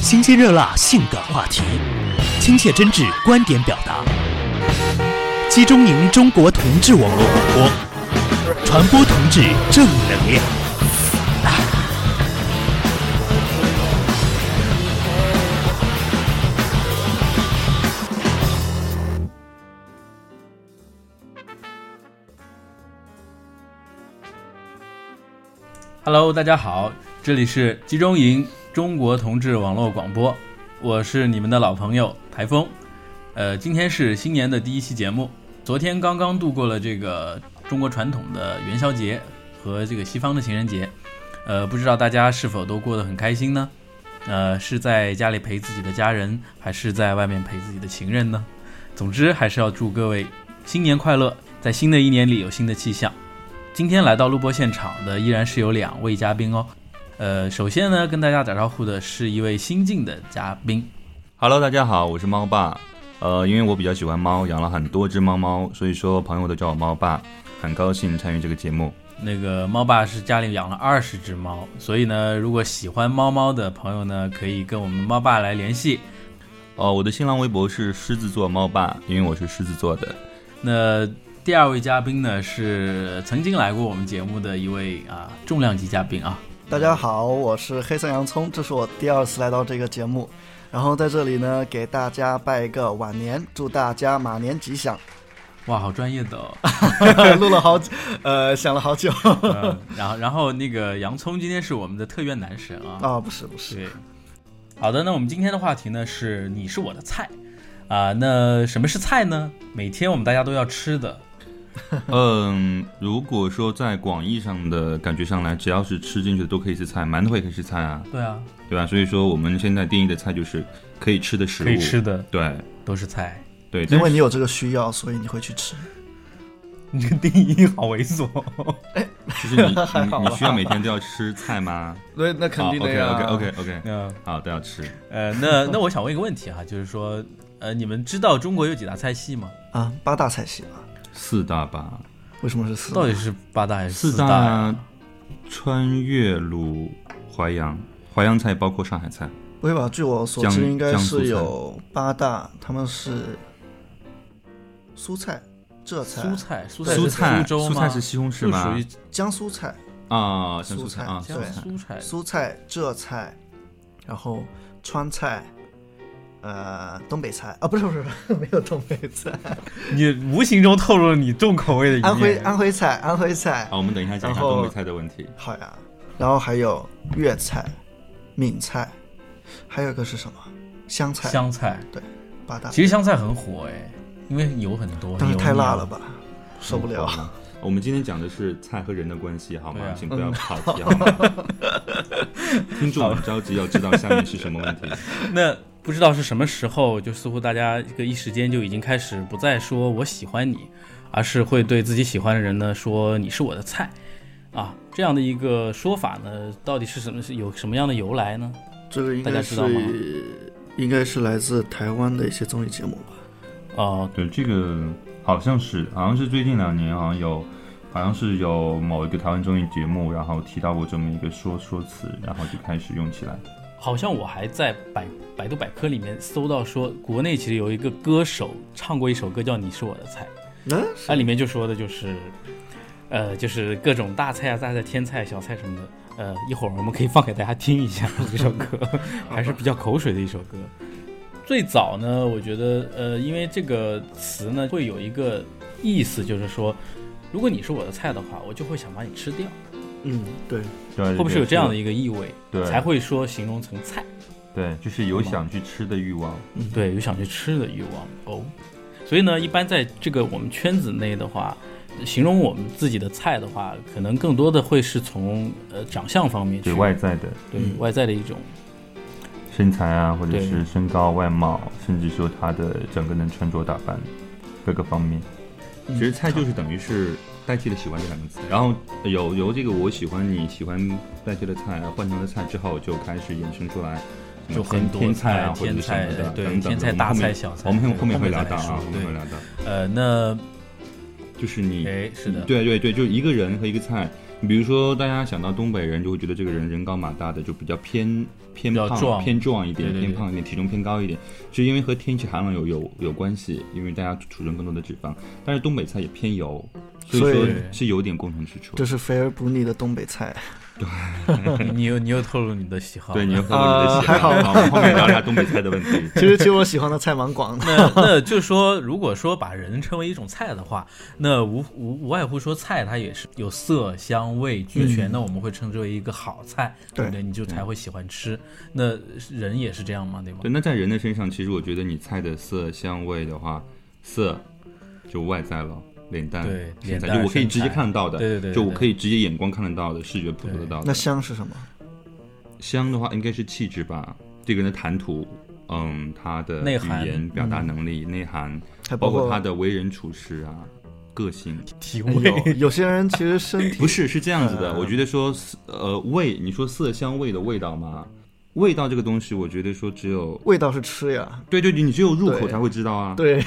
新鲜热辣性感话题，亲切真挚观点表达。集中营中国同志网络广播，传播同志正能量。 Hello，大家好，这里是集中营中国同志网络广播，我是你们的老朋友台风。呃，今天是新年的第一期节目，昨天刚刚度过了这个中国传统的元宵节和这个西方的情人节，呃，不知道大家是否都过得很开心呢？呃，是在家里陪自己的家人，还是在外面陪自己的情人呢？总之，还是要祝各位新年快乐，在新的一年里有新的气象。今天来到录播现场的依然是有两位嘉宾哦。呃，首先呢，跟大家打招呼的是一位新晋的嘉宾。 Hello，大家好，我是猫爸。呃，因为我比较喜欢猫，养了很多只猫猫，所以说朋友都叫我猫爸。很高兴参与这个节目。那个猫爸是家里养了二十只猫，所以呢，如果喜欢猫猫的朋友呢，可以跟我们猫爸来联系。哦，我的新浪微博是狮子座猫爸，因为我是狮子座的。 那第二位嘉宾呢，是曾经来过我们节目的一位啊重量级嘉宾啊。大家好，我是黑色洋葱，这是我第二次来到这个节目，然后在这里呢，给大家拜一个晚年，祝大家马年吉祥。哇，好专业的、哦。 录了好，呃，想了好久。嗯然后，然后那个洋葱今天是我们的特约男神啊。啊、不是不是，对，好的，那我们今天的话题呢是你是我的菜啊、那什么是菜呢？每天我们大家都要吃的，嗯，如果说在广义上的感觉上来，只要是吃进去的都可以是菜，馒头也可以是菜啊，对啊，对吧？所以说我们现在定义的菜就是可以吃的食物。可以吃的对都是菜。 对，因但为是你有这个需要，所以你会去吃。你这定义好猥琐。就是你还好 你吧你需要每天都要吃菜吗？对，那 肯定的呀。 OK OK OK OK， 嗯，好，都要吃。呃，那那我想问一个问题哈，就是说，呃，你们知道中国有几大菜系吗？啊，八大菜系啊，四大吧，为什么是四？到底是八大还是四大大呀？穿越鲁淮扬，淮扬菜包括上海菜。不会吧？据我所江知，应该江苏菜是有八大，他们是苏菜、浙菜、苏菜，苏菜对是蔬菜，苏州蔬吗？菜是西红柿就吗属？于江苏菜、啊，像蔬蔬菜菜啊，对蔬菜。江苏菜。苏菜、浙菜，然后川菜，呃，东北菜啊，不是不是，不是 没有东北菜，你无形中透露了你重口味的一面。哦安徽安徽菜，安徽菜好，，我们等一下讲一下然后东北菜的问题。好呀，然后还有粤菜、闽菜，还有一个是什么？湘菜，湘菜，八大，其实湘菜很火哎，因为油很多，但是油太辣腻了？吧，受不嗯了。啊我们今天讲的是菜和人的关系，好吗对啊？请不要跑 题，好吗？听众很着急要知道下面是什么问题。那不知道是什么时候，就似乎大家这个一时间就已经开始不再说我喜欢你，而是会对自己喜欢的人呢说你是我的菜，啊，这样的一个说法呢，到底是什么是有什么样的由来呢？这个应该大家知道吗是应该是来自台湾的一些综艺节目吧？哦、对，这个好像是，好像是最近两年，好像有，好像是有某一个台湾综艺节目，然后提到过这么一个说说辞，然后就开始用起来。好像我还在百百度百科里面搜到说，国内其实有一个歌手唱过一首歌叫《你是我的菜》。嗯，它里面就说的就是，呃，就是各种大菜啊、大菜、天菜、小菜什么的。呃，一会儿我们可以放给大家听一下这首歌，还是比较口水的一首歌。最早呢，我觉得，呃，因为这个词呢会有一个意思，就是说，如果你是我的菜的话，我就会想把你吃掉，嗯，对，对，会不会是有这样的一一个意味，对才会说形容成菜？对，就是有想去吃的欲望。嗯，对，有想去吃的欲望哦。所以呢，一般在这个我们圈子内的话，形容我们自己的菜的话，可能更多的会是从呃长相方面去对外在的对嗯外在的一种身材啊，或者对是身高、外貌，甚至说他的整个人穿着打扮，各个方面。嗯其实菜就是等于是代替了喜欢这两个词，然后由由这个我喜欢你喜欢代替了菜，换成了菜之后就开始衍生出来，什么就很多天天菜啊哎或者是天什么菜的对等等的天菜我们大后面菜小菜我们对后面后会面聊再到说啊，我们会对聊到，呃，那就是你哎是的，嗯对对对，就一个人和一个菜，比如说大家想到东北人，就会觉得这个人人高马大的，就比较偏偏比较胖、壮偏壮一点、对对对偏胖一点，体重偏高一点，是因为和天气寒冷有有有关系，因为大家储存更多的脂肪。但是东北菜也偏油，所所以以说是有点共同之处。这是肥而不腻的东北菜。 你你又你又透露你的喜好。对，你要和我你的呃喜还好，好我们后面聊一下东北菜的问题。 其实其实我喜欢的菜蛮广的， 那那就说，如果说把人称为一种菜的话，那无无无外乎说菜它也是有色香味俱全，那我们会称之为一个好菜，对不对？你就才会喜欢吃。那人也是这样嘛，对吗？对，那在人的身上，其实我觉得你菜的色香味的话，色就外在了，脸蛋、对身材，脸蛋就我可以直接身材看到的，对对对对就我对可以直接眼光看得到的，视觉捕捉得到那的。香是什么？香的话，应该是气质吧，这个人的谈吐，嗯，他的内语涵嗯言表达能力、内涵，还包包括括他的为人处事啊，个性。体 有有些人其实身体不是，是这样子的，我觉得说色，呃，味，你说色香味的味道嘛，味道这个东西，我觉得说只有，味道是吃呀，对对，你只有入口对才会知道啊。对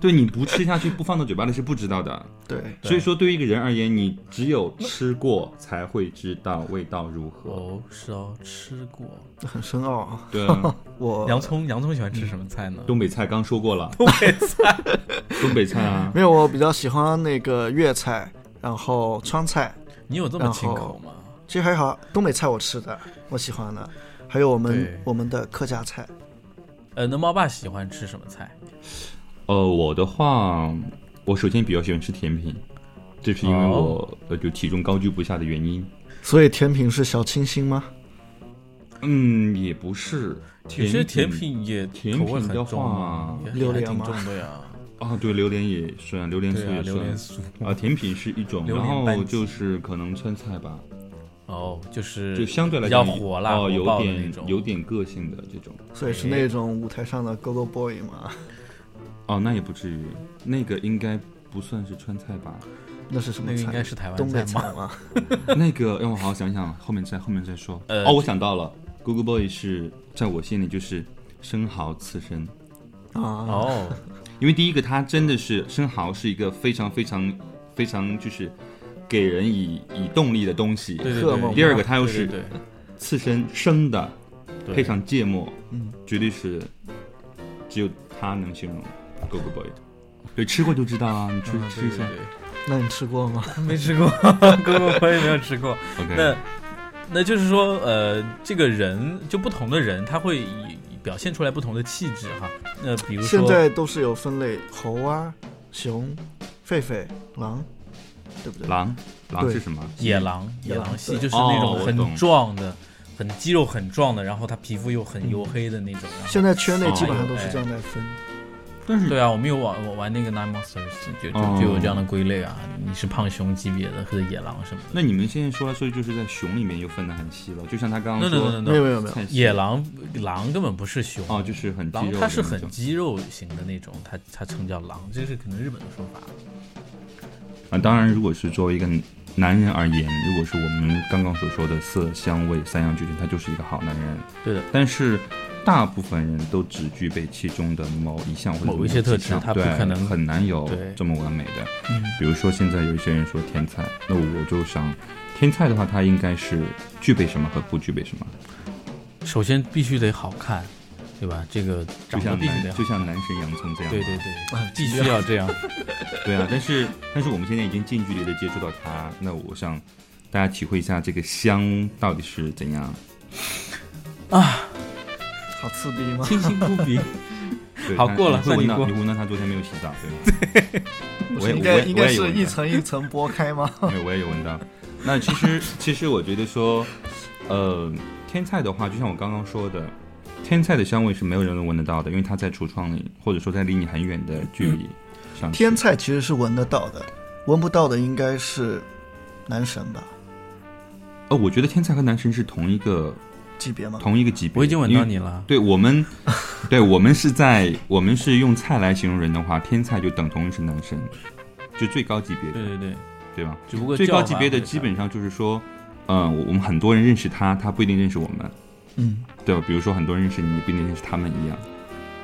对，你不吃下去，不放到嘴巴里是不知道的。对，对所以说，对于一个人而言，你只有吃过才会知道味道如何。哦，是哦，吃过这很深奥啊。对啊，我洋葱，洋葱喜欢吃什么菜呢？东北菜刚说过了， 东北菜，东北菜啊，没有，我比较喜欢那个粤菜，然后川菜，你有这么清口吗？其实还好，东北菜我吃的，我喜欢的，还有我对们我们的客家菜，呃，那猫爸喜欢吃什么菜？呃，我的话，我首先比较喜欢吃甜品，这是因为我、哦呃就体重高居不下的原因。所以甜品是小清新吗？嗯，也不是，其实甜品也甜口味很品的重啊话，也榴还莲挺吗重的 呀。啊，对，榴莲也算，榴莲对酥啊，也榴算莲酥。啊，甜品是一种，榴然莲后拌就是可能川菜吧，哦，就是就相对来比较讲火辣、哦，火有爆的那点种，有点个性的这种。所以是那种舞台上的 go go boy 吗？哎哦，那也不至于，那个应该不算是川菜 吧？那是什么那个菜？应该是台湾东北菜吗？菜吗？那个让我好好想想，后面再后面再说。呃哦，我想到了，Google Boy 是在我心里就是生蚝刺身，啊， 哦，因为第一个它真的是生蚝是一个非常非常非常就是给人以以动力的东西。对对荷尔对。蒙第二个它又对是对刺身生的，对配上芥末，嗯，绝对是只有它能形容 Google Boy。对，吃过就知道啊，你吃嗯吃一对。下对对那你吃过吗？没吃过， 哥哥我也没有吃过。 OK，那那就是说，呃，这个人就不同的人，他会以表现出来不同的气质哈。那比如现说，在都是有分类，猴啊、熊、狒狒、狼，对不对？狼狼对是什么？野狼，野野狼狼系对就是那哦种我很懂壮的，很肌肉很壮的，然后他皮肤又很黝黑的那种。然后现在圈哦内基本上都是这样在分。但是对啊，我们有玩我玩那个 Nine Monsters，就哦就就有这样的归类啊，你是胖熊级别的或者野狼什么的。那你们现在说来说去就是在熊里面又分得很细了，就像他刚那刚那那说那没有那没有没有，菜系野狼狼根本不是熊，哦，就是很肌狼肉的那种，它是很肌肉型的那种，它它称叫狼，这是可能日本的说法。啊。当然，如果是作为一个男人而言，如果是我们刚刚所说的色香味三样俱全，他就是一个好男人。对的，但是大部分人都只具备其中的某一项或者某一些几特质项他不对可能很难有对这么完美的。嗯，比如说现在有一些人说天才，那我就想，天才的话，他应该是具备什么和不具备什么，首先必须得好看，对吧？这个就长得像必须得男好就，像男神洋葱这样。对对对，必须要这样。 对啊，但是但是我们现在已经近距离的接触到它，那我想大家体会一下这个香到底是怎样。哎好刺鼻吗？清新扑鼻，对好它过了你会闻算你到过你闻到他昨天没有洗澡，对吗？我也应该我也应我该也有是闻一到层一层剥开吗？没哎有，我也有闻到。那其实其实我觉得说，呃，天菜的话，就像我刚刚说的，天菜的香味是没有人能闻得到的，因为它在橱窗里，或者说在离你很远的距离上。 天菜其实是闻得到的，闻不到的应该是男神吧呃，我觉得天菜和男神是同一个级别吗？同一个级别。我已经闻因到为你了。对我们， 对我们是在我们是用菜来形容人的话，天菜就等同于是男神，就最高级别对的，对对，对吧？只不过最叫高法级别的会基差本上就是说，嗯、我我们很多人认识他，他不一定认识我们，嗯，对吧？比如说很多人认识你，也不一定认识他们一样。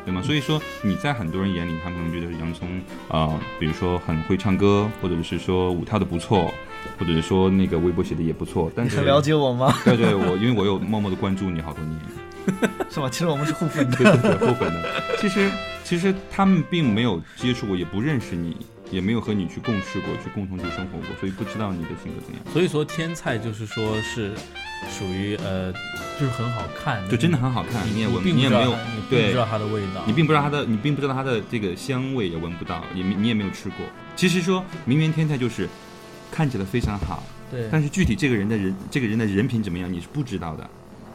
对吗？所以说你在很多人眼里，他们可能觉得是洋葱啊、呃比如说很会唱歌，或者是说舞跳的不错，或者是说那个微博写的也不错，但你是很了解我吗？ 对对，我因为我有默默的关注你好多年，是吧？其实我们是互粉的。对对对，后悔的。其实其实他们并没有接触过，也不认识你，也没有和你去共事过，去共同去生活过，所以不知道你的性格怎样。所以说天菜就是说是属于呃，就是很好看，就真的很好看，你也你闻，并不你也知道它没有你并不对知，道它的味道，你并不知道它的，你并不知道它的这个香味也闻不到，也没你也没有吃过。其实说名媛天菜就是看起来非常好，对但是具体这个人的人这个人的人品怎么样你是不知道的，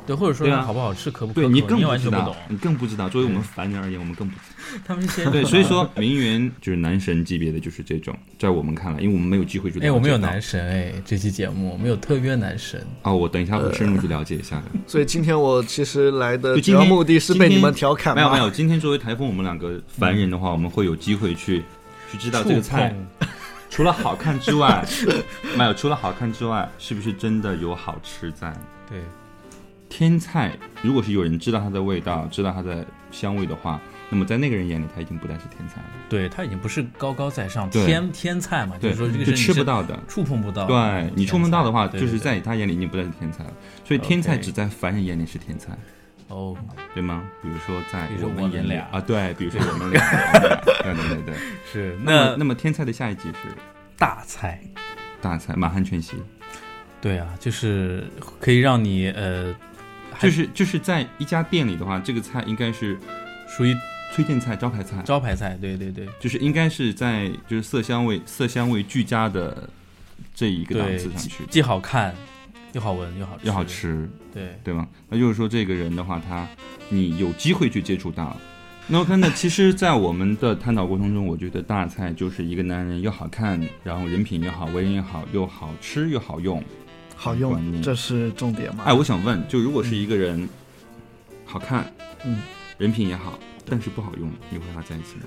对，或者说对啊它好不好吃，可不可对口，更也不完知全不道懂，，你更不知道。作为我们凡人而言，我们更不知他们是先道。对，所以说名媛就是男神级别的就是这种，在我们看来，因为我们没有机会去了解哎，到。我们有男神哎，这期节目我们有特约男神，哦，我等一下会深入去了解一下的。 所以今天我其实来的就主今天要目的是被你们调呃侃没吗有没有，今天作为台风，我们两个凡人的话，我们会有机会去去知道这个菜触碰除了好看之外， 没有除了好看之外，是不是真的有好吃在？对，天菜，如果是有人知道它的味道，知道它的香味的话，那么在那个人眼里，它已经不再是天菜了。对，它已经不是高高在上对天天菜嘛，就对，是说这个就是吃你不是到的。触碰不到的天对菜，你触碰到的话，对就是对对在他眼里，你不再是天菜了。所以天菜 OK 只在凡人眼里是天菜，哦，对吗？比如说在比如说我我们们眼里俩啊，对，比如说我们俩，我们俩对对对对。是那么 那那么天菜的下一集是大菜，大菜满汉全席，对啊，就是可以让你呃，还就是就是在一家店里的话，这个菜应该是属于推荐菜、招牌菜，招牌菜，对对对，就是应该是在就是色香味色香味俱佳的这一个档对次上去，既好看又好闻又好吃，要好，吃，对，对吗？那就是说这个人的话，他你有机会去接触到。那 OK，那其实，在我们的探讨过程中，我觉得大菜就是一个男人又好看，然后人品也好，为人也好，又好吃又好用。好管你用，这是重点嘛？嗯哎，我想问，就如果是一个人好看，嗯，人品也好，但是不好用，你会和他在一起吗？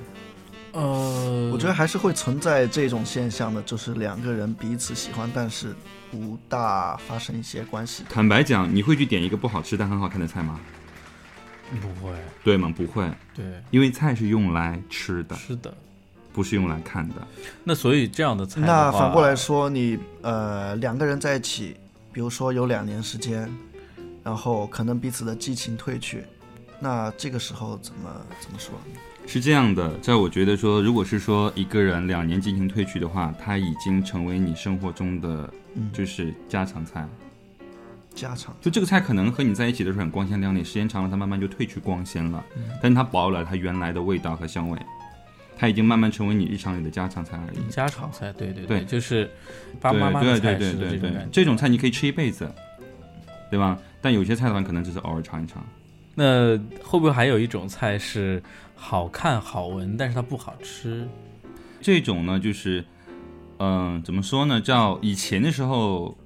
呃，我觉得还是会存在这种现象的，就是两个人彼此喜欢，但是不大发生一些关系。坦白讲，你会去点一个不好吃但很好看的菜吗？不会，对吗？不会，对，因为菜是用来吃的，是的。不是用来看的。那所以这样的菜的那话反过来，说，你呃两个人在一起，比如说有两年时间，然后可能彼此的激情褪去，那这个时候怎么怎么说？是这样的，在我觉得说，如果是说一个人两年进行退去的话，他已经成为你生活中的嗯，就是家常菜。家常。就这个菜可能和你在一起的时候很光鲜亮丽，时间长了它慢慢就褪去光鲜了，嗯但是它保有了它原来的味道和香味，它已经慢慢成为你日常里的家常菜嗯而已。家常菜，对对对就是爸对妈妈对的对菜对式的对这对种感，觉。这种菜你可以吃一辈子，对吧？但有些菜的话，可能只是偶尔尝一尝。那会不会还有一种菜是好看好闻，但是它不好吃？这种呢，就是，嗯、怎么说呢？叫以前的时候，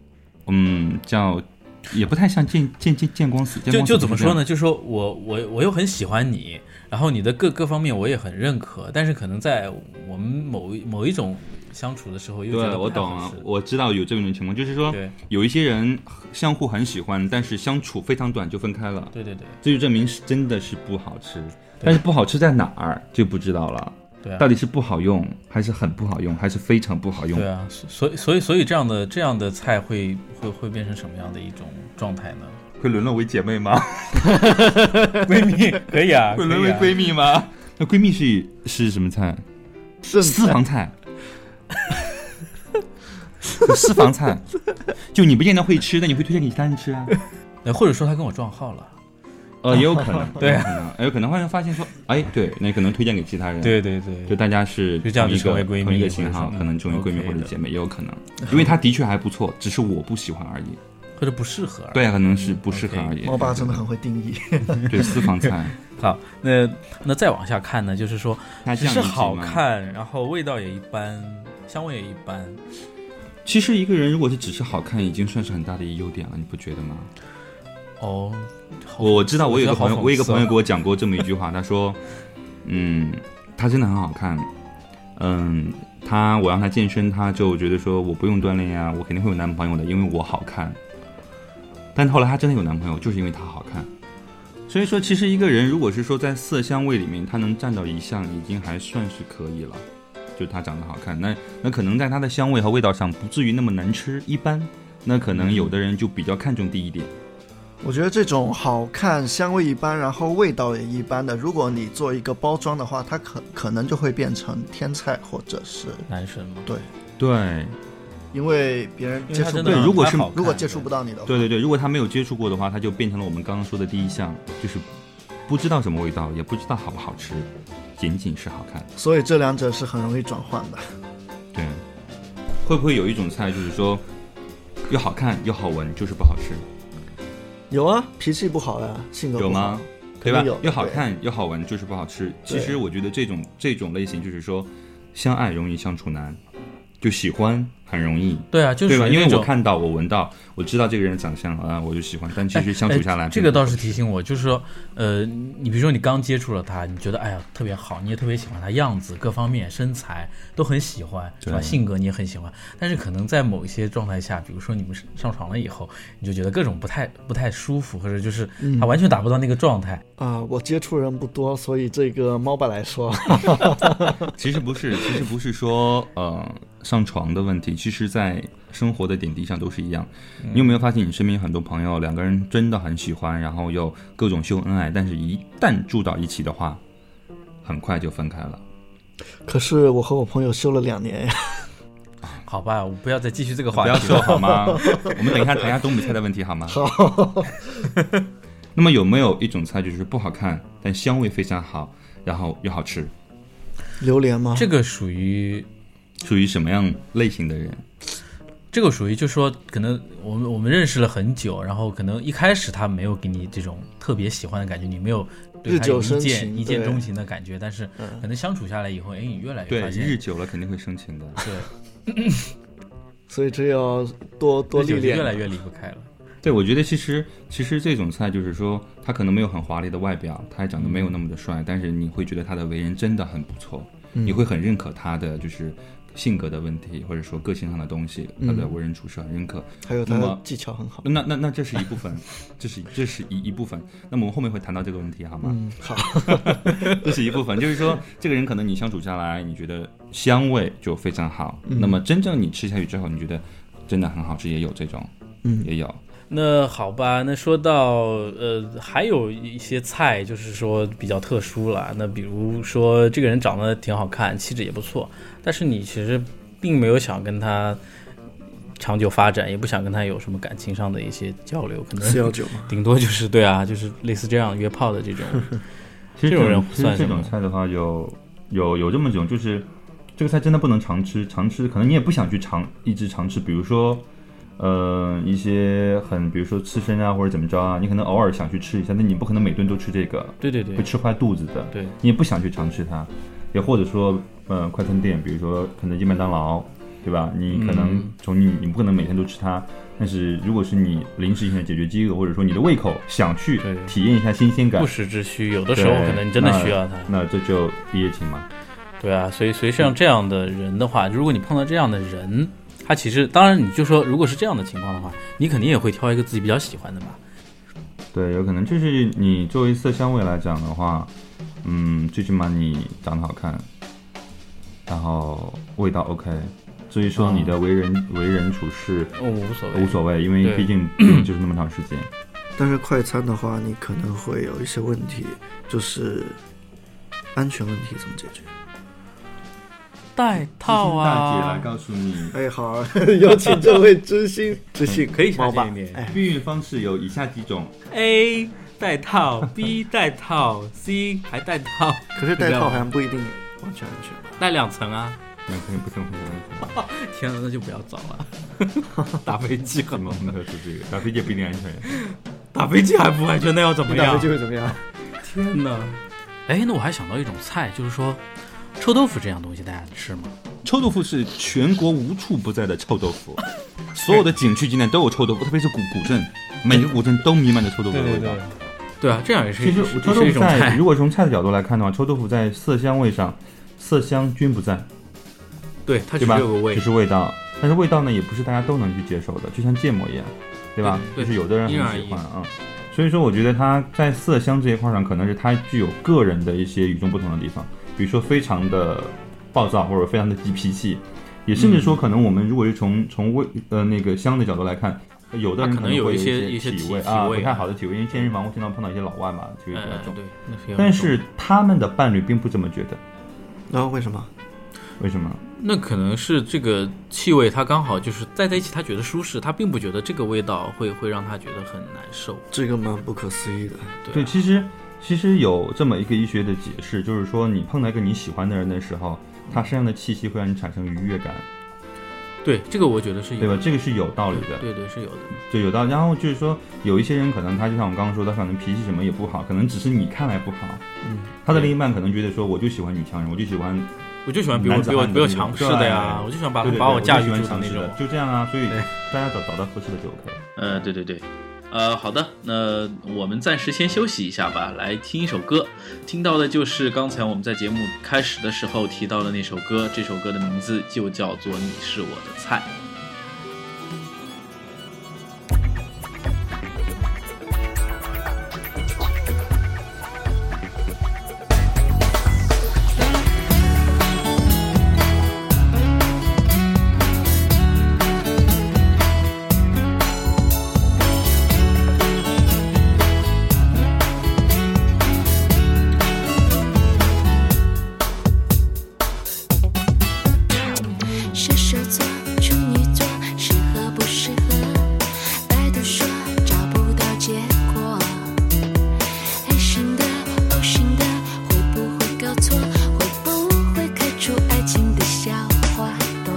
嗯，叫也不太像见见见见光死，见就光死就怎么说呢？呢？就说我我我又很喜欢你，然后你的各各方面我也很认可，但是可能在我们某一某一种相处的时候又觉对，得我不太懂合啊适，我知道有这种情况，就是说对有一些人相互很喜欢，但是相处非常短就分开了，对对对这就证明是真的是不好吃。但是不好吃在哪儿就不知道了，对啊到底是不好用，还是很不好用，还是非常不好用对？啊，所所以所以所以这样的这样的菜会会会变成什么样的一种状态 呢？会沦落为姐妹吗？闺蜜可以啊，会沦为闺蜜吗？ 那闺蜜是是什么菜？正私房菜， 私房菜，就你不见得会吃，但你会推荐给其他人 吃啊。那或者说他跟我撞号了，呃，也有可 能，对啊也有可能，也有可能会发现说，哎，对，那可能推荐给其他人，，对对对就大家是就这样子同成一个为闺蜜同一个型或号，者说可能成为闺蜜嗯或者 OK 的姐妹也有可能，因为她的确还不错，只是我不喜欢而已。或者不适合。对啊，可能是不适合 OK 而已。猫爸真的很会定 义。对私房 菜，好，那那再往下看呢，就是说那这只样是你行好吗看，然后味道也一般，香味也一般。其实一个人如果是只是好看，已经算是很大的一个优点了，你不觉得吗？哦，好我我知道，我有一个朋觉得好讽刺友，啊我有一个朋友给我讲过这么一句话，他说，嗯，他真的很好看，嗯，他我让他健身，他就觉得说我不用锻炼呀、我肯定会有男朋友的，因为我好看。但后来他真的有男朋友，就是因为他好看。所以说，其实一个人如果是说在色香味里面，他能占到一项，已经还算是可以了。就他长得好看，那那可能在他的香味和味道上不至于那么难吃，一般。那可能有的人就比较看重第一点。我觉得这种好看、香味一般，然后味道也一般的，如果你做一个包装的话，它可可能就会变成天菜或者是，啊男神嘛，对，因为别人因为接他触真不的对到你，如果是蛮好看如果的接触不到你的话，对对对，如果他没有接触过的话，他就变成了我们刚刚说的第一项，就是不知道什么味道，也不知道好不好吃，仅仅是好看。所以这两者是很容易转换的。对，会不会有一种菜就是说又好看又好闻，就是不好吃，有啊，脾气不好呀，性格有不好吗？？对吧肯定有？又好看又好闻，就是不好吃。其对实我觉得这种这种类型就是说，相爱容易相处难，就喜欢很容易。对啊，就是对吧？属于因为那我种看到，我闻到，我知道这个人的长相啊，我就喜欢。但其实相哎处下来，这个倒是提醒我，就是说，呃，你比如说你刚接触了他，你觉得哎呀特别好，你也特别喜欢他样子、各方面、身材都很喜欢，是吧？对性格你也很喜欢，但是可能在某一些状态下，比如说你们上床了以后，你就觉得各种不太不太舒服，或者就是嗯他完全达不到那个状态。啊、我接触人不多，所以这个猫爸来说， 其实 不是，其实不是说呃上床的问题，其实在生活的点滴上都是一样。嗯你有没有发现你身边有很多朋友，两个人真的很喜欢，然后又各种秀恩爱，但是一旦住到一起的话，很快就分开了。可是我和我朋友修了两年呀。好吧，我不要再继续这个话不题要了。说好吗？ 我们等一下谈一下东北菜的问题好吗？好。 那么有没有一种菜就是不好看，但香味非常好，然后又好吃？榴莲吗？这个属于属于什么样类型的人？这个属于就说，可能我们我们认识了很久，然后可能一开始他没有给你这种特别喜欢的感觉，你没有对日他有久一生见情一见对钟情的感觉，但是嗯可能相处下来以后，哎，你越来越对，发日现，久了肯定会生情的。对，所以只有多多日历久就越来练。越离不开了。对，我觉得其实其实这种菜就是说，他可能没有很华丽的外表，他也长得没有那么的帅，但是你会觉得他的为人真的很不错，嗯你会很认可他的就是性格的问题，或者说个性上的东西，他嗯的为人处事很认可。还有他那的么技巧很好。那那那这是一部分，这是这是一一部分。那么我们后面会谈到这个问题，好吗？嗯， 好， 这是一部分，就是说这个人可能你相处下来，你觉得香味就非常好，嗯那么真正你吃下去之后，你觉得真的很好吃，也有这种，嗯也有。那好吧，那说到呃，还有一些菜就是说比较特殊了。那比如说这个人长得挺好看，气质也不错，但是你其实并没有想跟他长久发展，也不想跟他有什么感情上的一些交流，可能幺九嘛，顶多就是对啊，就是类似这样约炮的这种。其实这种人其算实什这么种菜的话有，有有这么一种，就是这个菜真的不能常吃，常吃可能你也不想去尝，一直常吃。比如说，呃，一些很比如说刺身啊或者怎么着啊，你可能偶尔想去吃一下，但你不可能每顿都吃这个，对对对会吃坏肚子的。对，你也不想去尝试它。也或者说，呃，快餐店，比如说肯德基、麦当劳，对吧？你可能嗯从你你不可能每天都吃它，但是如果是你临时性的解决饥饿，或者说你的胃口想去对体验一下新鲜感不，时之需，有的时对嗯候可能你真的需要他。那这就一夜情嘛。对啊，所以所以像这样的人的话，如果你碰到这样的人，他其实当然你就说，如果是这样的情况的话，你肯定也会挑一个自己比较喜欢的嘛。对，有可能就是你作为色香味来讲的话，嗯，最起码你长得好看，然后味道 OK。至于说你的为人、为人处事我无所谓无，所谓，因为对毕竟毕竟就是那么长时间。但是快餐的话，你可能会有一些问题，就是安全问题怎么解决？带套啊，告诉你，哎，好， 有请这位知心知性 可以猫爸详细一点哎，避孕方式有以下几种： A 带哎套，B 带套，C 还带套，可是戴你知道套吗好像不一定完全安全吧？带两层啊。男朋友不生活，天啊呐，那就不要找了， 打飞机 很我们喝出这个打飞机也不一定安全。打飞机还不安全，那要怎么 打样飞机？会怎么样？天呐！哎，那我还想到一种菜，就是说臭豆腐这样东西，大家吃吗？臭豆腐是全国无处不在的臭豆腐，所有的景区景点都有臭豆腐，特别是古古镇，每个古镇都弥漫着臭豆腐的味道。对啊，这样也是其实也是臭豆也是一种腐在菜如。果从菜的角度来看的话，臭豆腐在色香味上，色香均不在，对，它只对吧？是有个味只，是味道，但是味道呢，也不是大家都能去接受的，就像芥末一样，对吧？对对就是有的人因人而很异喜欢啊。所以说，我觉得他在色香这一块上，可能是他具有个人的一些与众不同的地方，比如说非常的暴躁或者非常的急脾气，也甚至说，可能我们如果是从从味呃那个香的角度来看，有的他人可能会有有一些一一些体体味体啊，不味太好的体味，因为健身房会经常碰到一些老外嘛，体味嗯比较嗯重。对，那是有但一种是他们的伴侣并不这么觉得， 然后为什么？为什么？那可能是这个气味，他刚好就是待在一起，他觉得舒适，他并不觉得这个味道会会让他觉得很难受。这个蛮不可思议的。对对，啊其实其实有这么一个医学的解释，就是说你碰到一个你喜欢的人的时候，他身上的气息会让你产生愉悦感，对，这个我觉得是有对吧？这个是有道理的，对对对是有的。就有道理。然后就是说，有一些人可能他就像我刚刚说，他可能脾气什么也不好，可能只是你看来不好，嗯，他的另一半可能觉得说，我就喜欢女强人，我就喜欢我就喜欢比我男子比我汉比我的那种强势的呀，对啊我就喜欢把对对对把我驾就驭喜欢住强那势的，种。就这样啊。所以对大家找找到合适的就 OK 了。呃，对对对，呃，好的，那我们暂时先休息一下吧，来听一首歌。听到的就是刚才我们在节目开始的时候提到的那首歌，这首歌的名字就叫做《你是我的菜》。射手座、处女座适合不适合？百度说找不到结果。A 型的、O 型的会不会搞错？会不会开出爱情的小花朵？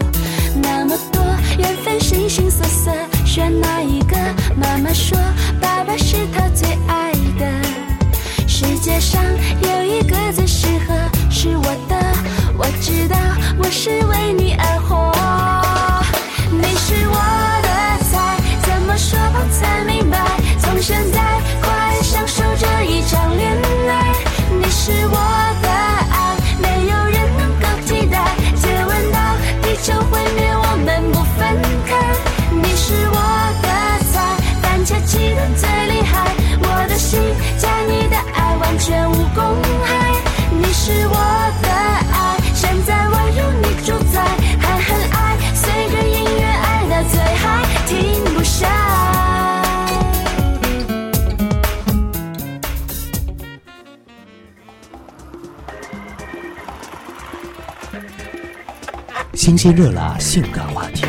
那么多缘分，形形色色，选哪一个？妈妈说，爸爸是他最爱的。世界上有一个最适合是我的，我知道我是为你而活。你是我的菜，怎么说才明白？从现在快享受这一场恋爱。你是我的爱，没有人能够替代。接吻到地球毁灭，我们不分开。你是我的菜，番茄鸡蛋最厉害。我的心加你的爱，完全无公害。你是我的爱，现在我由你主宰，还很爱，随着音乐爱到最嗨，停不下。新鲜热辣性感话题，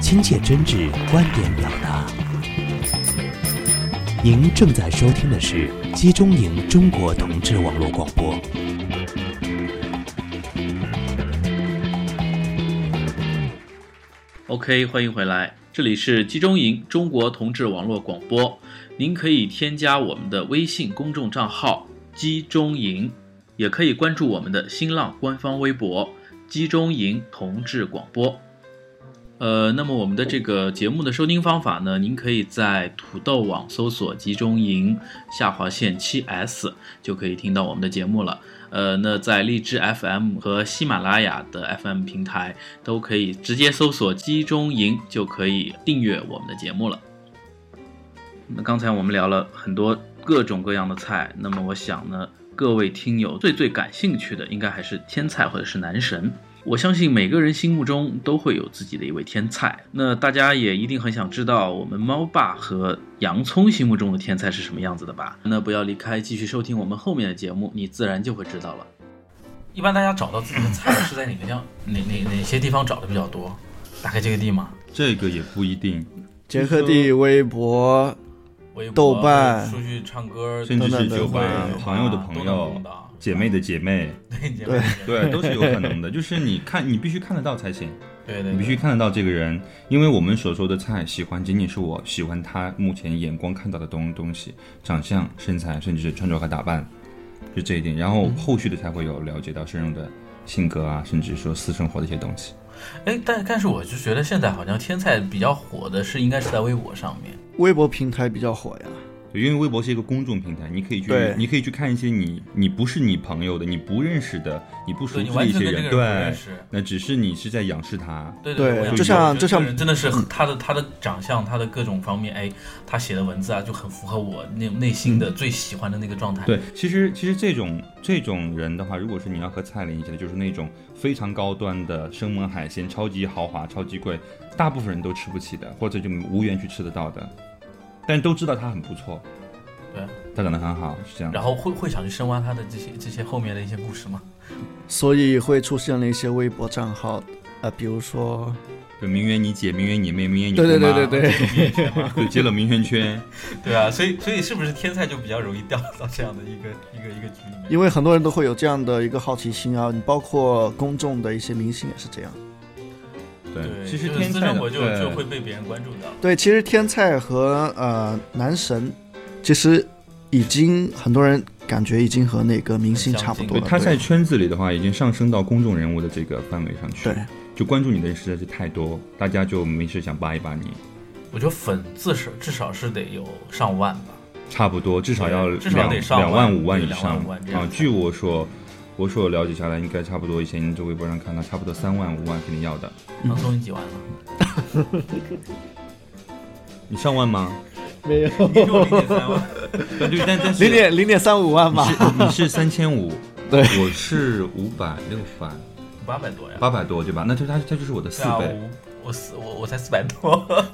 亲切真挚观点表达。您正在收听的是集中营中国同志网络广播。 OK，欢迎回来，这里是集中营中国同志网络广播。您可以添加我们的微信公众账号“集中营”，也可以关注我们的新浪官方微博“集中营同志广播”。呃，那么我们的这个节目的收听方法呢，您可以在土豆网搜索“集中营下划线七 S”，就可以听到我们的节目了。呃，那在荔枝 FM 和喜马拉雅的 FM 平台都可以直接搜索“集中营”就可以订阅我们的节目了。那刚才我们聊了很多各种各样的菜，那么我想呢，各位听友最最感兴趣的应该还是天菜或者是男神。我相信每个人心目中都会有自己的一位天菜，那大家也一定很想知道我们猫爸和洋葱心目中的天菜是什么样子的吧？那不要离开，继续收听我们后面的节目，你自然就会知道了。一般大家找到自己的菜是在哪个样哪哪哪些地方找的比较多？打开这个地嘛，这个也不一定，杰克地、微博，微博、豆瓣出去唱歌，甚至是等等酒吧等等朋友的朋都能友碰到、姐 妹的姐妹，对对对，都是有可能的。就是你看，你必须看得到才行。对对，你必须看得到这个人，因为我们所说的菜喜欢，仅仅是我喜欢他目前眼光看到的东东西，长相、身材，甚至是穿着和打扮，就这一点。然后后续的才会有了解到深入的性格啊，甚至说私生活的一些东西。哎，但但是我就觉得现在好像天菜比较火的是应该是在微博上面，微博平台比较火呀。对，因为微博是一个公众平台，你可以去对，你可以去看一些你你不是你朋友的、你不认识的、你不熟对你知的完一全些跟这人，个人不认对识，那只是你是在仰视他，对对对，我也就觉像得就像这个人真的是很他的他的长相，他的各种方面，哎，他写的文字啊，就很符合我内内心的最喜欢的那个状态。对，其实其实这种这种人的话，如果是你要和蔡琳一起的，就是那种非常高端的生猛海鲜，超级豪华、超级贵，大部分人都吃不起的，或者就无缘去吃得到的，但都知道他很不错，对，他长得很好，是这样。然后会会想去深挖他的这些这些后面的一些故事吗？所以会出现了一些微博账号，呃，比如说，就名媛你姐，名媛你妹，名媛你对对姑妈对对，对，就接了名媛圈，对啊，所以所以是不是天才就比较容易掉到这样的一个一个一个局里面？因为很多人都会有这样的一个好奇心啊，你包括公众的一些明星也是这样。对，对，其实就是天私才生的活就对就会被别人关注到。对，其实天菜和呃男神，其实已经很多人感觉已经和那个明星差不多对，了。他在对圈子里的话，已经上升到公众人物的这个范围上去。对，就关注你的人实在是太多，大家就没事想扒一扒你，我觉得粉至少至少是得有上万吧。差不多至少要至少两得上两万万五万对以上两万五万这样啊！才据我所我所了解下来，应该差不多以前在微博上看到，差不多三万五万肯定要的。唐松你几万了？你上万吗？没有 你给我零点三万，对，对但但是零点零点三五万吧。是你是三千五， 对我是五百六百八百多呀。八百多对吧？那就他他就是我的四对啊，倍，我我四我我才四百多。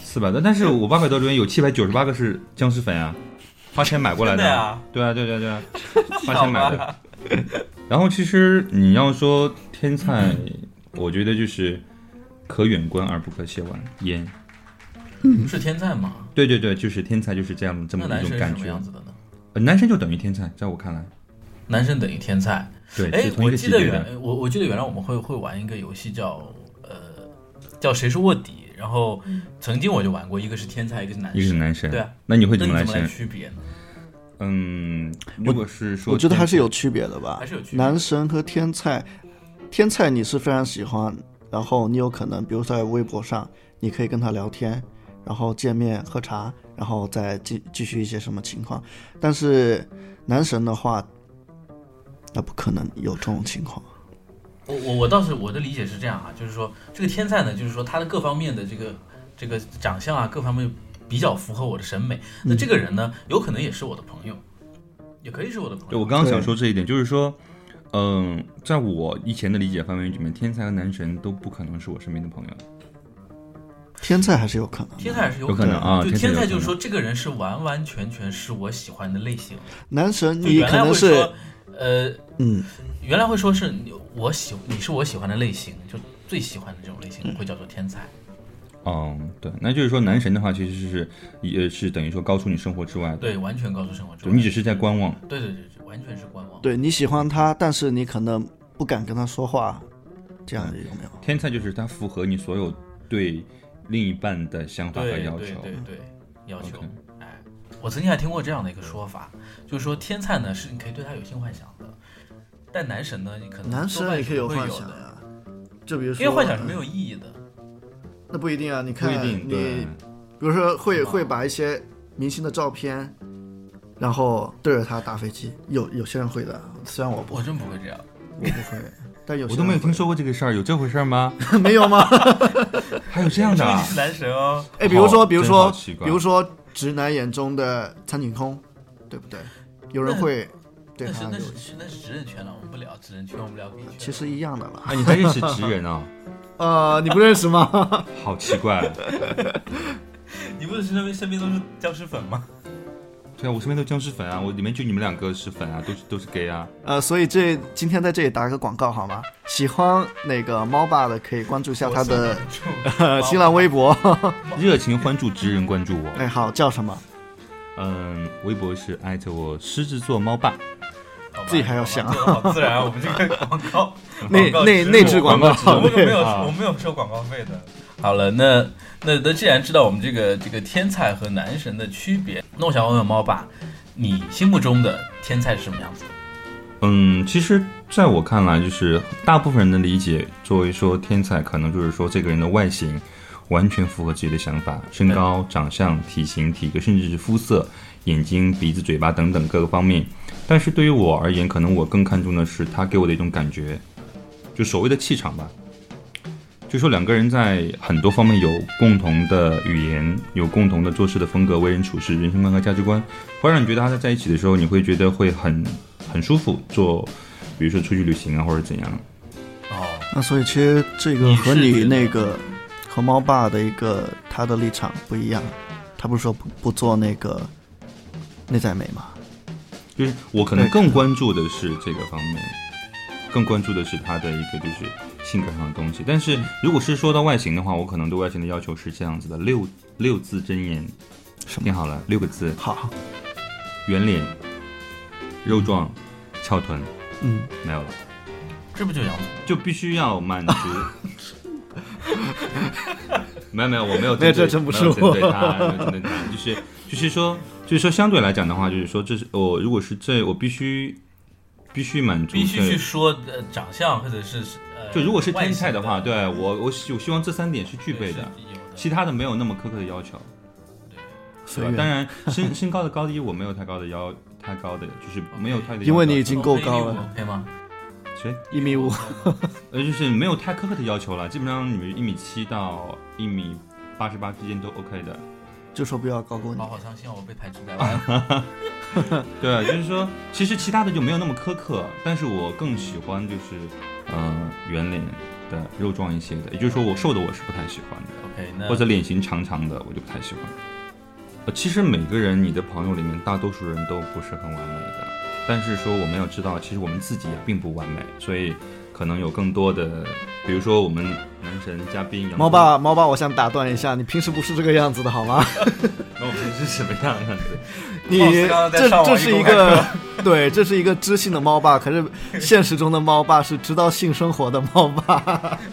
四百多。但是我八百多留言有七百九十八个是僵尸粉啊，花钱买过来真的的呀对啊，对啊对啊对啊， 花钱买的。然后其实你要说天菜，我觉得就是可远观而不可亵玩焉。是天才吗？对对对，就是天才就是这样这么那男一生种是感什么觉样。子的呢？呃男生就等于天才，在我看来，男生等于天才。对，哎是，同一我个记级得别的。原我我记得原来我们会会玩一个游戏叫呃叫谁是卧底，然后嗯曾经我就玩过，一个是天才，一个是男一个是生。男生，对啊，那你会那怎你么来怎么来选？区别呢？嗯，如果是说，我觉得还是有，区别的吧，还是有区别男神和天菜，天菜你是非常喜欢，然后你有可能，比如在微博上，你可以跟他聊天，然后见面喝茶，然后再继继续一些什么情况。但是男神的话，那不可能有这种情况。我我我倒是我的理解是这样啊，就是说这个天才呢，就是说他的各方面的这个这个长相啊，各方面比较符合我的审美。那嗯这个人呢，有可能也是我的朋友，也可以是我的朋对友。我刚刚想说这一点，就是说，嗯，在我以前的理解范围里面，天才和男神都不可能是我身边的朋友。天菜还是有可能的，天才还是有有可能啊就天才有天可能才就是说这个人是完完全全是我喜欢的类型。男神就你原可来能会是说，呃，嗯，原来会说是你我喜你是我喜欢的类型，就最喜欢的这种类型会叫做天才。嗯，对，那就是说男神的话，其实是也是等于说高出你生活之外的，对，完全告诉生活之对外，你只是在观望。对对对对，完全是观望。对你喜欢他，但是你可能不敢跟他说话，这样有没有？天才就是他符合你所有对另一半的想法和对要对求。对对，要求 OK。哎，我曾经还听过这样的一个说法，就是说天才呢是你可以对他有性幻想的，但男神呢，你可能男多神半也可以是不有会幻有想的，呀，就比如说因为幻想是没有意义的。那不一定啊，你不看一定你对，比如说会是吧会把一些明星的照片，然后对着他打飞机，有有些人会的，虽然我不我真不会这样，我不会，但有 些我都没有人会听说过这个事儿，有这回事儿吗？ 没 有吗？还有这样的注意 啊你？是男神哦。哎，比如说好比如真说好奇怪比如说直男眼中的苍井空，对不对？有人那会对但是他那有，是那是直人圈了，我们不聊直人圈，我们聊 gay 圈。其实一样的啦。 啊，你还认识直人啊？呃，你不认识吗？ 好奇怪。你不是身边身边都是僵尸粉吗？对啊，我身边都僵尸粉啊，我里面就你们两个是粉啊，都是都是 gay 啊。呃，所以这今天在这里打个广告好吗？喜欢那个猫爸的可以关注一下他的呃呃新浪微博， 热情关注直人，关注我。哎，好叫什么？嗯，微博是艾特我狮子座猫爸。自己还要想好自然啊，我们这 个广告内广告内植入内置广告广告植入我们可没有，啊我们没有收广告费的。好了，那那那既然知道我们这个这个天才和男神的区别，那我想问问猫爸，你心目中的天才是什么样子？嗯，其实在我看来，就是大部分人的理解，作为说天才，可能就是说这个人的外形完全符合自己的想法，身高、长相、体型、体格，甚至是肤色，眼睛、鼻子、嘴巴等等各个方面。但是对于我而言，可能我更看重的是他给我的一种感觉，就所谓的气场吧。就说两个人在很多方面有共同的语言，有共同的做事的风格、为人处事、人生观和价值观，会让你觉得他在在一起的时候，你会觉得会很很舒服。做，比如说出去旅行啊，或者怎样。哦，那所以其实这个你是和觉你得那个和猫爸的一个他的立场不一样，他不是说不不做那个内在美吗？就是我可能对更关注的是这个方面，更关注的是他的一个就是性格上的东西。但是如果是说到外形的话，我可能对外形的要求是这样子的：六六字真言，什听么？好了，六个字：好，圆脸、肉壮、翘臀，嗯，没有了，这不就杨就必须要满 足。没有没有，我没有没有针对这真不没是有针我对他，没有针对他，就是就是说就是说相对来讲的话，就是说这是我如果是这我必须必须满足必须这去说呃长相或者是呃，就如果是外天形菜的话，对对我我希我希望这三点是具备的，是有的其他的没有那么苛刻的要求，对随吧？缘。当然身身高的高低我没有太高的要太高的，就是没有太的要求，因为你已经够我可以高我了， ，OK 吗？谁一米五，呃就是没有太苛刻的要求了，基本上你们一米七到一米八十八之间都 OK 的。就说不要高过你我。好伤心哦，我被排斥在 外。对，啊就是说其实其他的就没有那么苛刻，但是我更喜欢就是呃圆脸的肉壮一些的，也就是说我瘦的我是不太喜欢的。 OK，那或者脸型长长的，我就不太喜欢。呃，其实每个人，你的朋友里面大多数人都不是很完美的，但是说我们要知道，其实我们自己也并不完美，所以可能有更多的，比如说我们男神嘉宾杨猫，爸，猫爸，我想打断一下，你平时不是这个样子的好吗？那我们是什么样样子？你貌似刚刚在这上网这易是公一开个， 对，这是一个知性的猫爸，可是现实中的猫爸是知道性生活的猫爸。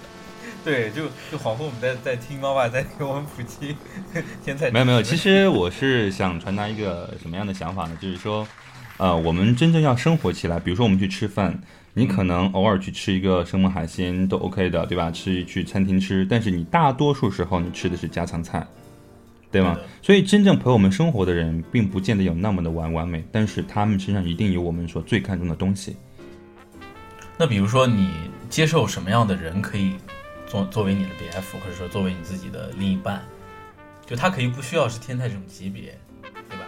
对，就就恍惚我们在在听猫爸在给我们普及 天 才知识。没有没有，其实我是想传达一个什么样的想法呢？就是说，呃，我们真正要生活起来，比如说我们去吃饭，你可能偶尔去吃一个生猛海鲜都 OK 的，对吧？吃去餐厅吃，但是你大多数时候你吃的是家常菜，对吗对的？所以真正陪我们生活的人，并不见得有那么的完完美，但是他们身上一定有我们所最看重的东西。那比如说你接受什么样的人可以作作为你的 BF，或者说作为你自己的另一半？就他可以不需要是天才这种级别，对吧？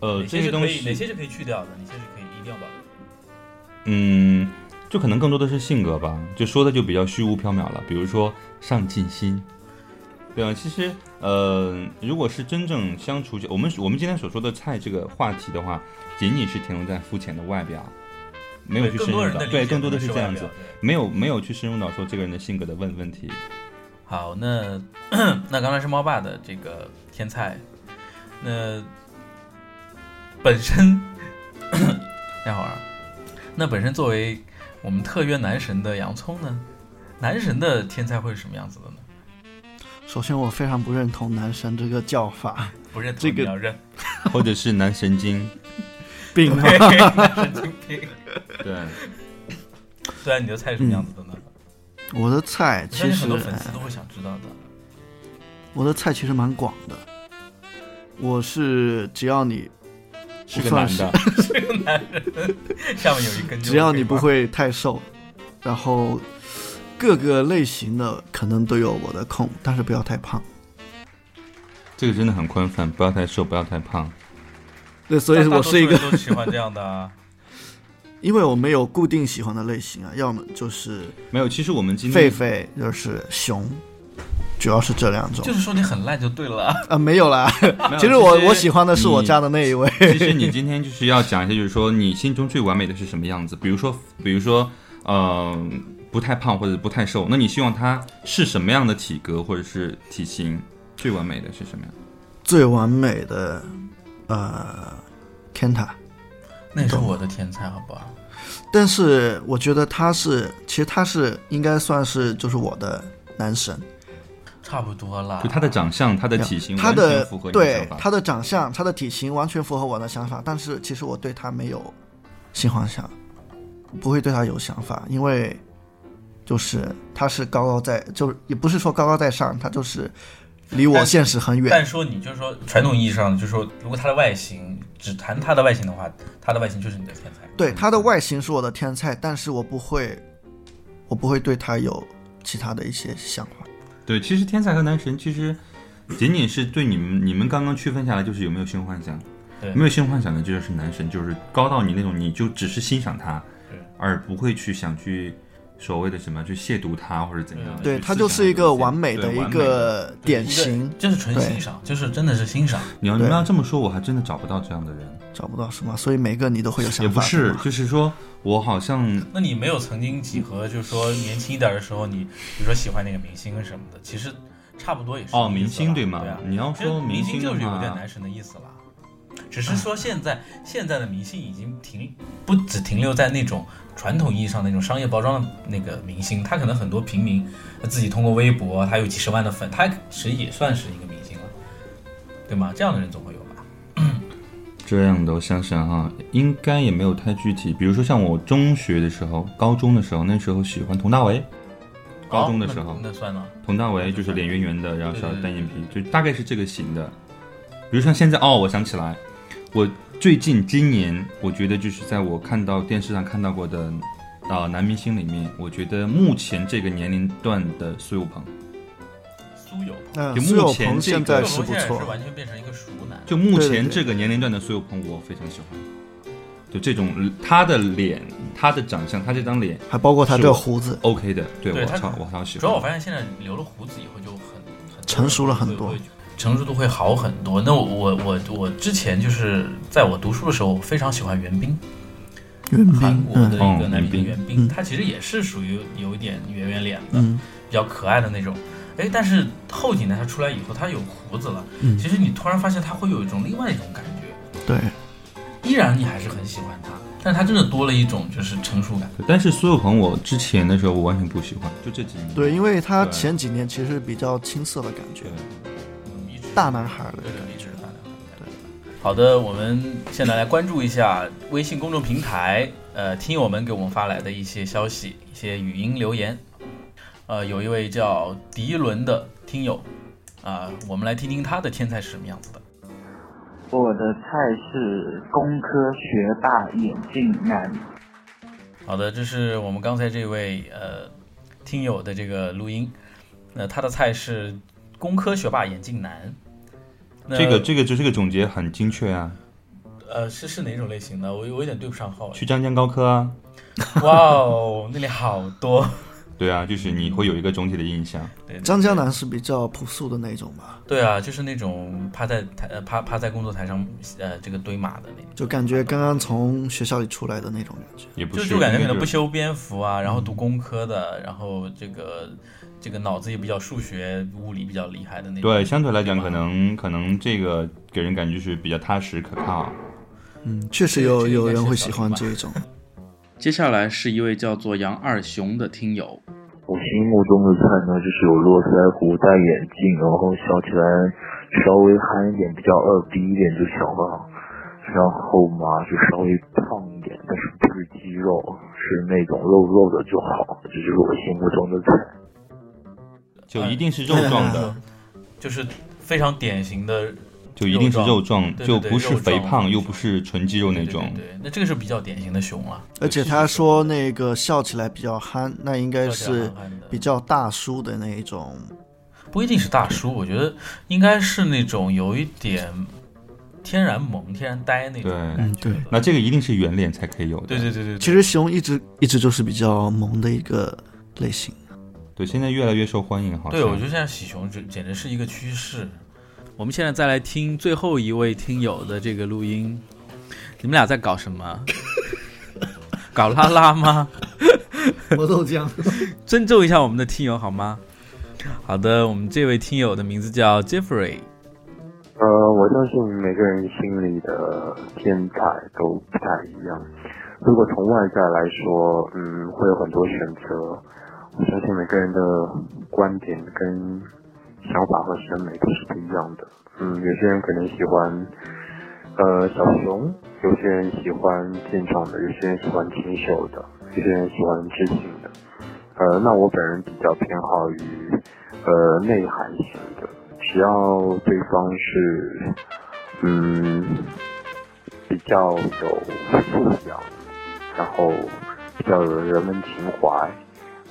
呃，哪些这些是东可以，哪西，些是可以去掉的，哪些是可以一定要保留的。嗯，就可能更多的是性格吧，就说的就比较虚无缥缈了。比如说上进心，对啊，其实呃，如果是真正相处，我们我们今天所说的菜这个话题的话，仅仅是停留在肤浅的外表，没有去更深多入人到的理对，解更多的可是能这样外子表。对没有没有去深入到说这个人的性格的问问题， 好，那 那刚才是猫爸的这个天菜，那本身 待会儿啊，那本身作为我们特约男神的洋葱呢，男神的天菜会是什么样子的呢？首先，我非常不认同“男神”这个叫 法，不认同这个你要认， 或者是男神经，并对，男神经病。对，虽啊然你的菜是什么样子的呢？ 我的菜其嗯其实很实多粉丝都会想知道的。 我的菜其实蛮广的，我是只要你是个不算男是的，这个男人下面有一根就 OK 吧，只要你不会太瘦，然后各个类型的可能都有我的空，但是不要太胖。这个真的很宽泛，不要太瘦，不要太胖。对，所但以大多我数是一人个，都喜欢这样的 啊。因为我没有固定喜欢的类型啊，要么就是没有，其实我们今狒天狒，就是熊，主要是这两种就是说你很烂就对了啊。啊，没有啦。没有其实我我喜欢的是我你家的那一位， 其实你今天就是要讲一下，就是说你心中最完美的是什么样子？比如说，比如说，呃，不太胖或者不太瘦，那你希望他是什么样的体格或者是体型？最完美的是什么样？最完美的呃 Kenta，那也是我的天才，好不好？但是我觉得他是，其实他是应该算是就是我的男神，差不多啦。就他的长相、他的体型他完的全符合你的对想法。他的长相、他的体型完全符合我的想法，但是其实我对他没有性幻想，不会对他有想法，因为就是他是高高在，就是也不是说高高在上，他就是离我现实很远。但说你就是说传统意义上，就是说如果他的外形只谈他的外形的话，他的外形就是你的天才。对，他的外形是我的天菜，但是我不会，我不会对他有其他的一些想法。对，其实天才和男神其实仅仅是对你们你们刚刚区分下来，就是有没有性幻想，对没有性幻想的就是男神，就是高到你那种，你就只是欣赏他对，而不会去想去所谓的什么去亵渎他或者怎样的。对去他思就想是一这个些完美对的一完美个典型，就是纯对欣赏，就是真的是欣赏。你要你们对要这么说，我还真的找不到这样的人。找不到什么，所以每个你都会有想法。也不是对，吧就是说我好像那你没有曾经几何，就是说年轻一点的时候，你比如说喜欢哪个明星什么的，其实差不多也是哦，这个意思明星吧对吗？对啊，你要其实说明星就的是有点话，嗯男神的意思啦。只是说现在现在的明星已经停不只停留在那种传统意义上的那种商业包装的那个明星，他可能很多平民呃自己通过微博，他有几十万的粉，他其实也算是一个明星了，对吗？这样的人总会有吧？ 这样的，我想想哈、应该也没有太具体。比如说像我中学的时候、高中的时候，那时候喜欢佟大为，高中的时候哦哦，那那算了，佟大为就是脸圆圆的，然后小对对对单眼皮，就大概是这个型的。比如像现在哦，我想起来，我最近今年，我觉得就是在我看到电视上看到过的啊、男明星里面，我觉得目前这个年龄段的苏有朋，苏有朋，嗯，就苏目有前朋这现个在苏有朋是不现在错是，完全变成一个熟男，就目对对前对这个年龄段的苏有朋，我非常喜欢。就这种他的脸，他的长相，他这张脸还包括他这个胡子， OK 的，对对我他超我超喜主要我欢。发现现在留了胡子以后就很很成熟了很多会，会成熟度会好很多。那我我我我之前就是在我读书的时候，我非常喜欢袁冰，袁韩冰，国的嗯一个嗯男袁明冰星袁冰，嗯他其实也是属于有一点圆圆脸的，嗯，比较可爱的那种。哎，但是后几年他出来以后，他有胡子了，嗯其实你突然发现他会有一种另外一种感觉，对，依然你还是很喜欢他，但是他真的多了一种就是成熟感。对但是苏有朋，我之前的时候我完全不喜欢，就这几年。对，因为他对前几年其实比较青涩的感觉对，一直大男孩儿的对对，感一直觉是。大男孩的感觉。好的，我们现在来关注一下微信公众平台，呃，听友们给我们发来的一些消息，一些语音留言。呃，有一位叫迪伦的听友，啊、我们来听听他的天才是什么样子的。我的菜是工科学霸眼镜男， 好的，这是我们刚才这位呃听友的这个录音。那他的菜是工科学霸眼镜男。那这个这个就是个总结很精确啊，呃是是哪种类型的？我有我有点对不上号。 去张江高科啊，哇哦，那里好多。 对啊，就是你会有一个总体的印象。对张江南是比较朴素的那种吧，对嗯啊，就是那种趴在台呃趴趴在工作台上呃这个堆码的那种，就感觉刚刚从学校里出来的那种感觉。也不，就是就感觉可应该能不就是嗯修边幅啊，然后读工科的，然后这个这个脑子也比较数学物理比较厉害的那种。对，相对来讲，对吧可能可能这个给人感觉是比较踏实可靠。嗯，确实这有这应有该人是会小喜众欢吧这 一种。接下来是一位叫做杨二雄的听友，我心目中的菜呢，就是有络腮胡、戴眼镜，然后笑起来稍微憨一点，比较二逼一点就小了。然后嘛，就稍微胖一点，但是不是肌肉，是那种肉肉的就好。这就是我心目中的菜。就哎一定是肉壮的， 就是非常典型的就一定是肉肉壮，对对就对不是肉肥壮胖，又不是纯肌肉那对种。对对，那这个是比较典型的熊了，而且他说那个笑起来比较憨，那应该笑起来是憨憨的比较大叔的那一种。不一定是大叔，我觉得应该是那种有一点天然萌、天然呆那种对感觉的。那这个一定是圆脸才可以有的。对对对对，对其实熊一直一直就是比较萌的一个类型。对，现在越来越受欢迎，好像。对，我觉得现在喜熊这简直是一个趋势。我们现在再来听最后一位听友的这个录音，你们俩在搞什么？ 搞拉拉吗？磨豆浆，尊重一下我们的听友好吗？好的，我们这位听友的名字叫 Jeffrey，呃，我相信每个人心里的天才都不太一样。如果从外在来说，嗯，会有很多选择。我相信每个人的观点跟想法和审美都是不一样的。嗯，有些人可能喜欢呃小熊，有些人喜欢健壮的，有些人喜欢清秀的，有些人喜欢知性的。呃，那我本人比较偏好于呃内涵型的，知只要对方是嗯比较有素养，然后比较有人文情怀，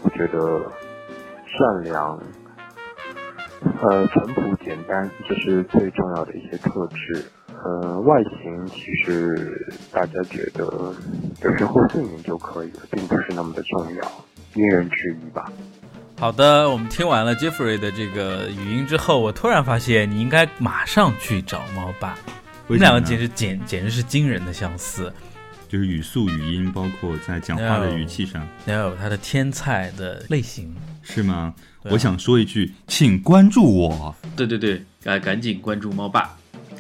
我觉得善良。呃，淳朴简单，这是最重要的一些特质。呃，外形其实大家觉得有时候顺眼就可以了，并不是那么的重要，因人制宜吧。好的，我们听完了 Jeffrey 的这个语音之后，我突然发现你应该马上去找猫爸，你们为什么两个呢简直简简直是惊人的相似。就是语速、语音，包括在讲话的 No 语气上，还有他的天才的类型，是吗？对啊我想说一句，请关注我。对对对，哎，赶紧关注猫爸。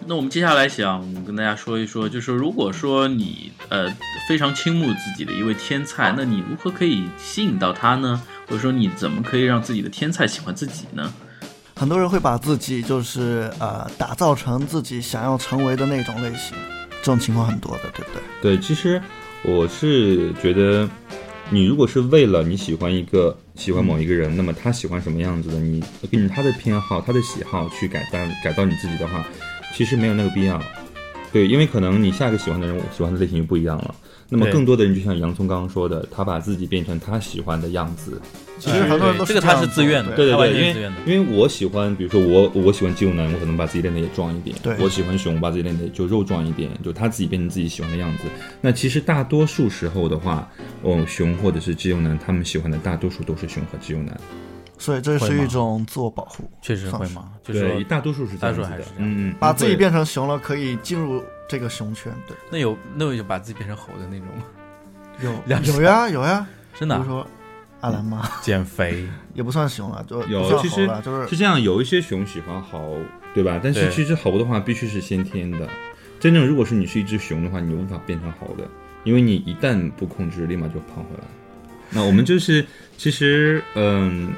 那我们接下来想跟大家说一说，就是如果说你呃非常倾慕自己的一位天才，那你如何可以吸引到他呢？或者说你怎么可以让自己的天才喜欢自己呢？很多人会把自己就是呃打造成自己想要成为的那种类型，这种情况很多的，对不对？对，其实我是觉得，你如果是为了你喜欢一个喜欢某一个人，那么他喜欢什么样子的，你根据他的偏好、他的喜好去改造改造你自己的话，其实没有那个必要。对，因为可能你下一个喜欢的人，我喜欢的类型就不一样了。那么对更多的人就像洋葱刚刚说的，他把自己变成他喜欢的样子。其实很多人都对这个他样是做自愿的对对他对完对，全因是自愿为的因为我喜欢，比如说我我喜欢肌肉男，我可能把自己练得也壮一点；对我喜欢熊，把自己练得就肉壮一点，就他自己变成自己喜欢的样子。那其实大多数时候的话，哦，熊或者是肌肉男，他们喜欢的大多数都是熊和肌肉男。所以这会是吗一种自我保护，确实会算是吗？就是对，说，大多数是这样子大多数还的是。这样嗯嗯，把自己对变成熊了，可以进入这个熊圈，对，那有那我就把自己变成猴的那种吗？两有有呀有呀，真比的啊、如说阿兰妈减肥，也不算熊了，就不有，算其猴实了，就是是这样，有一些熊喜欢猴，对吧？但是对其实猴的话必须是先天的，真正如果是你是一只熊的话，你无法变成猴的，因为你一旦不控制，立马就胖回来。那我们就是，其实，嗯，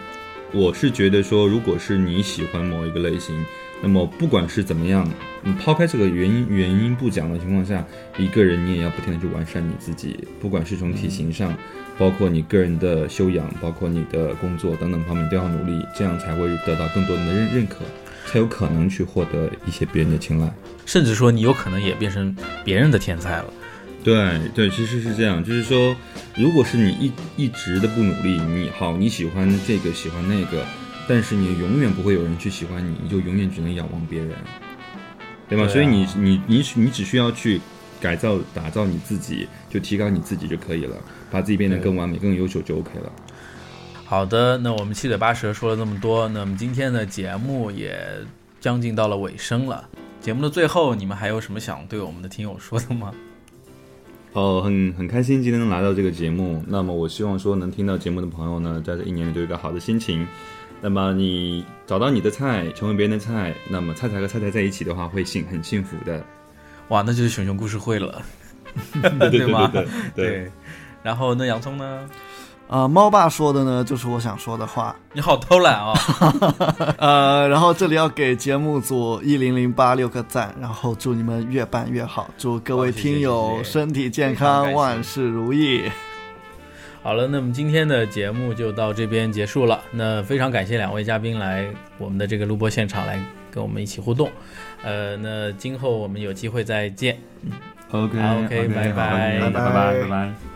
我是觉得说，如果是你喜欢某一个类型，那么不管是怎么样，你嗯抛开这个原因原因不讲的情况下，一个人你也要不停的去完善你自己，不管是从体型上，包括你个人的修养，包括你的工作等等方面都要努力，这样才会得到更多人的认认可，才有可能去获得一些别人的青睐。甚至说你有可能也变成别人的天才了。对对，其实是这样，就是说，如果是你一一直的不努力，你好，你喜欢这个喜欢那个，但是你永远不会有人去喜欢你，你就永远只能仰望别人，对吗？对啊所以你你你你只需要去改造、打造你自己，就提高你自己就可以了，把自己变得更完美、更优秀就 OK 了。好的，那我们七嘴八舌说了这么多，那么今天的节目也将近到了尾声了。节目的最后，你们还有什么想对我们的听友说的吗？哦，很很开心今天能来到这个节目。那么我希望说能听到节目的朋友呢，在这一年里都有一个好的心情。那么你找到你的菜，成为别人的菜，那么菜菜和菜菜在一起的话，会幸很幸福的， 哇，那就是熊熊故事会 了，对对吗？对对对。然后那洋葱呢？啊，猫爸说的呢，就是我想说的话。你好偷懒 哦。呃，然后这里要给节目组一零零八六个赞，然后祝你们越办越好，祝各好位谢谢听友谢谢身体健非常感康，谢万事如意。好了，那么今天的节目就到这边结束了。那非常感谢两位嘉宾来我们的这个录播现场来跟我们一起互动。呃，那今后我们有机会再见。 OK OK，拜拜拜拜拜拜。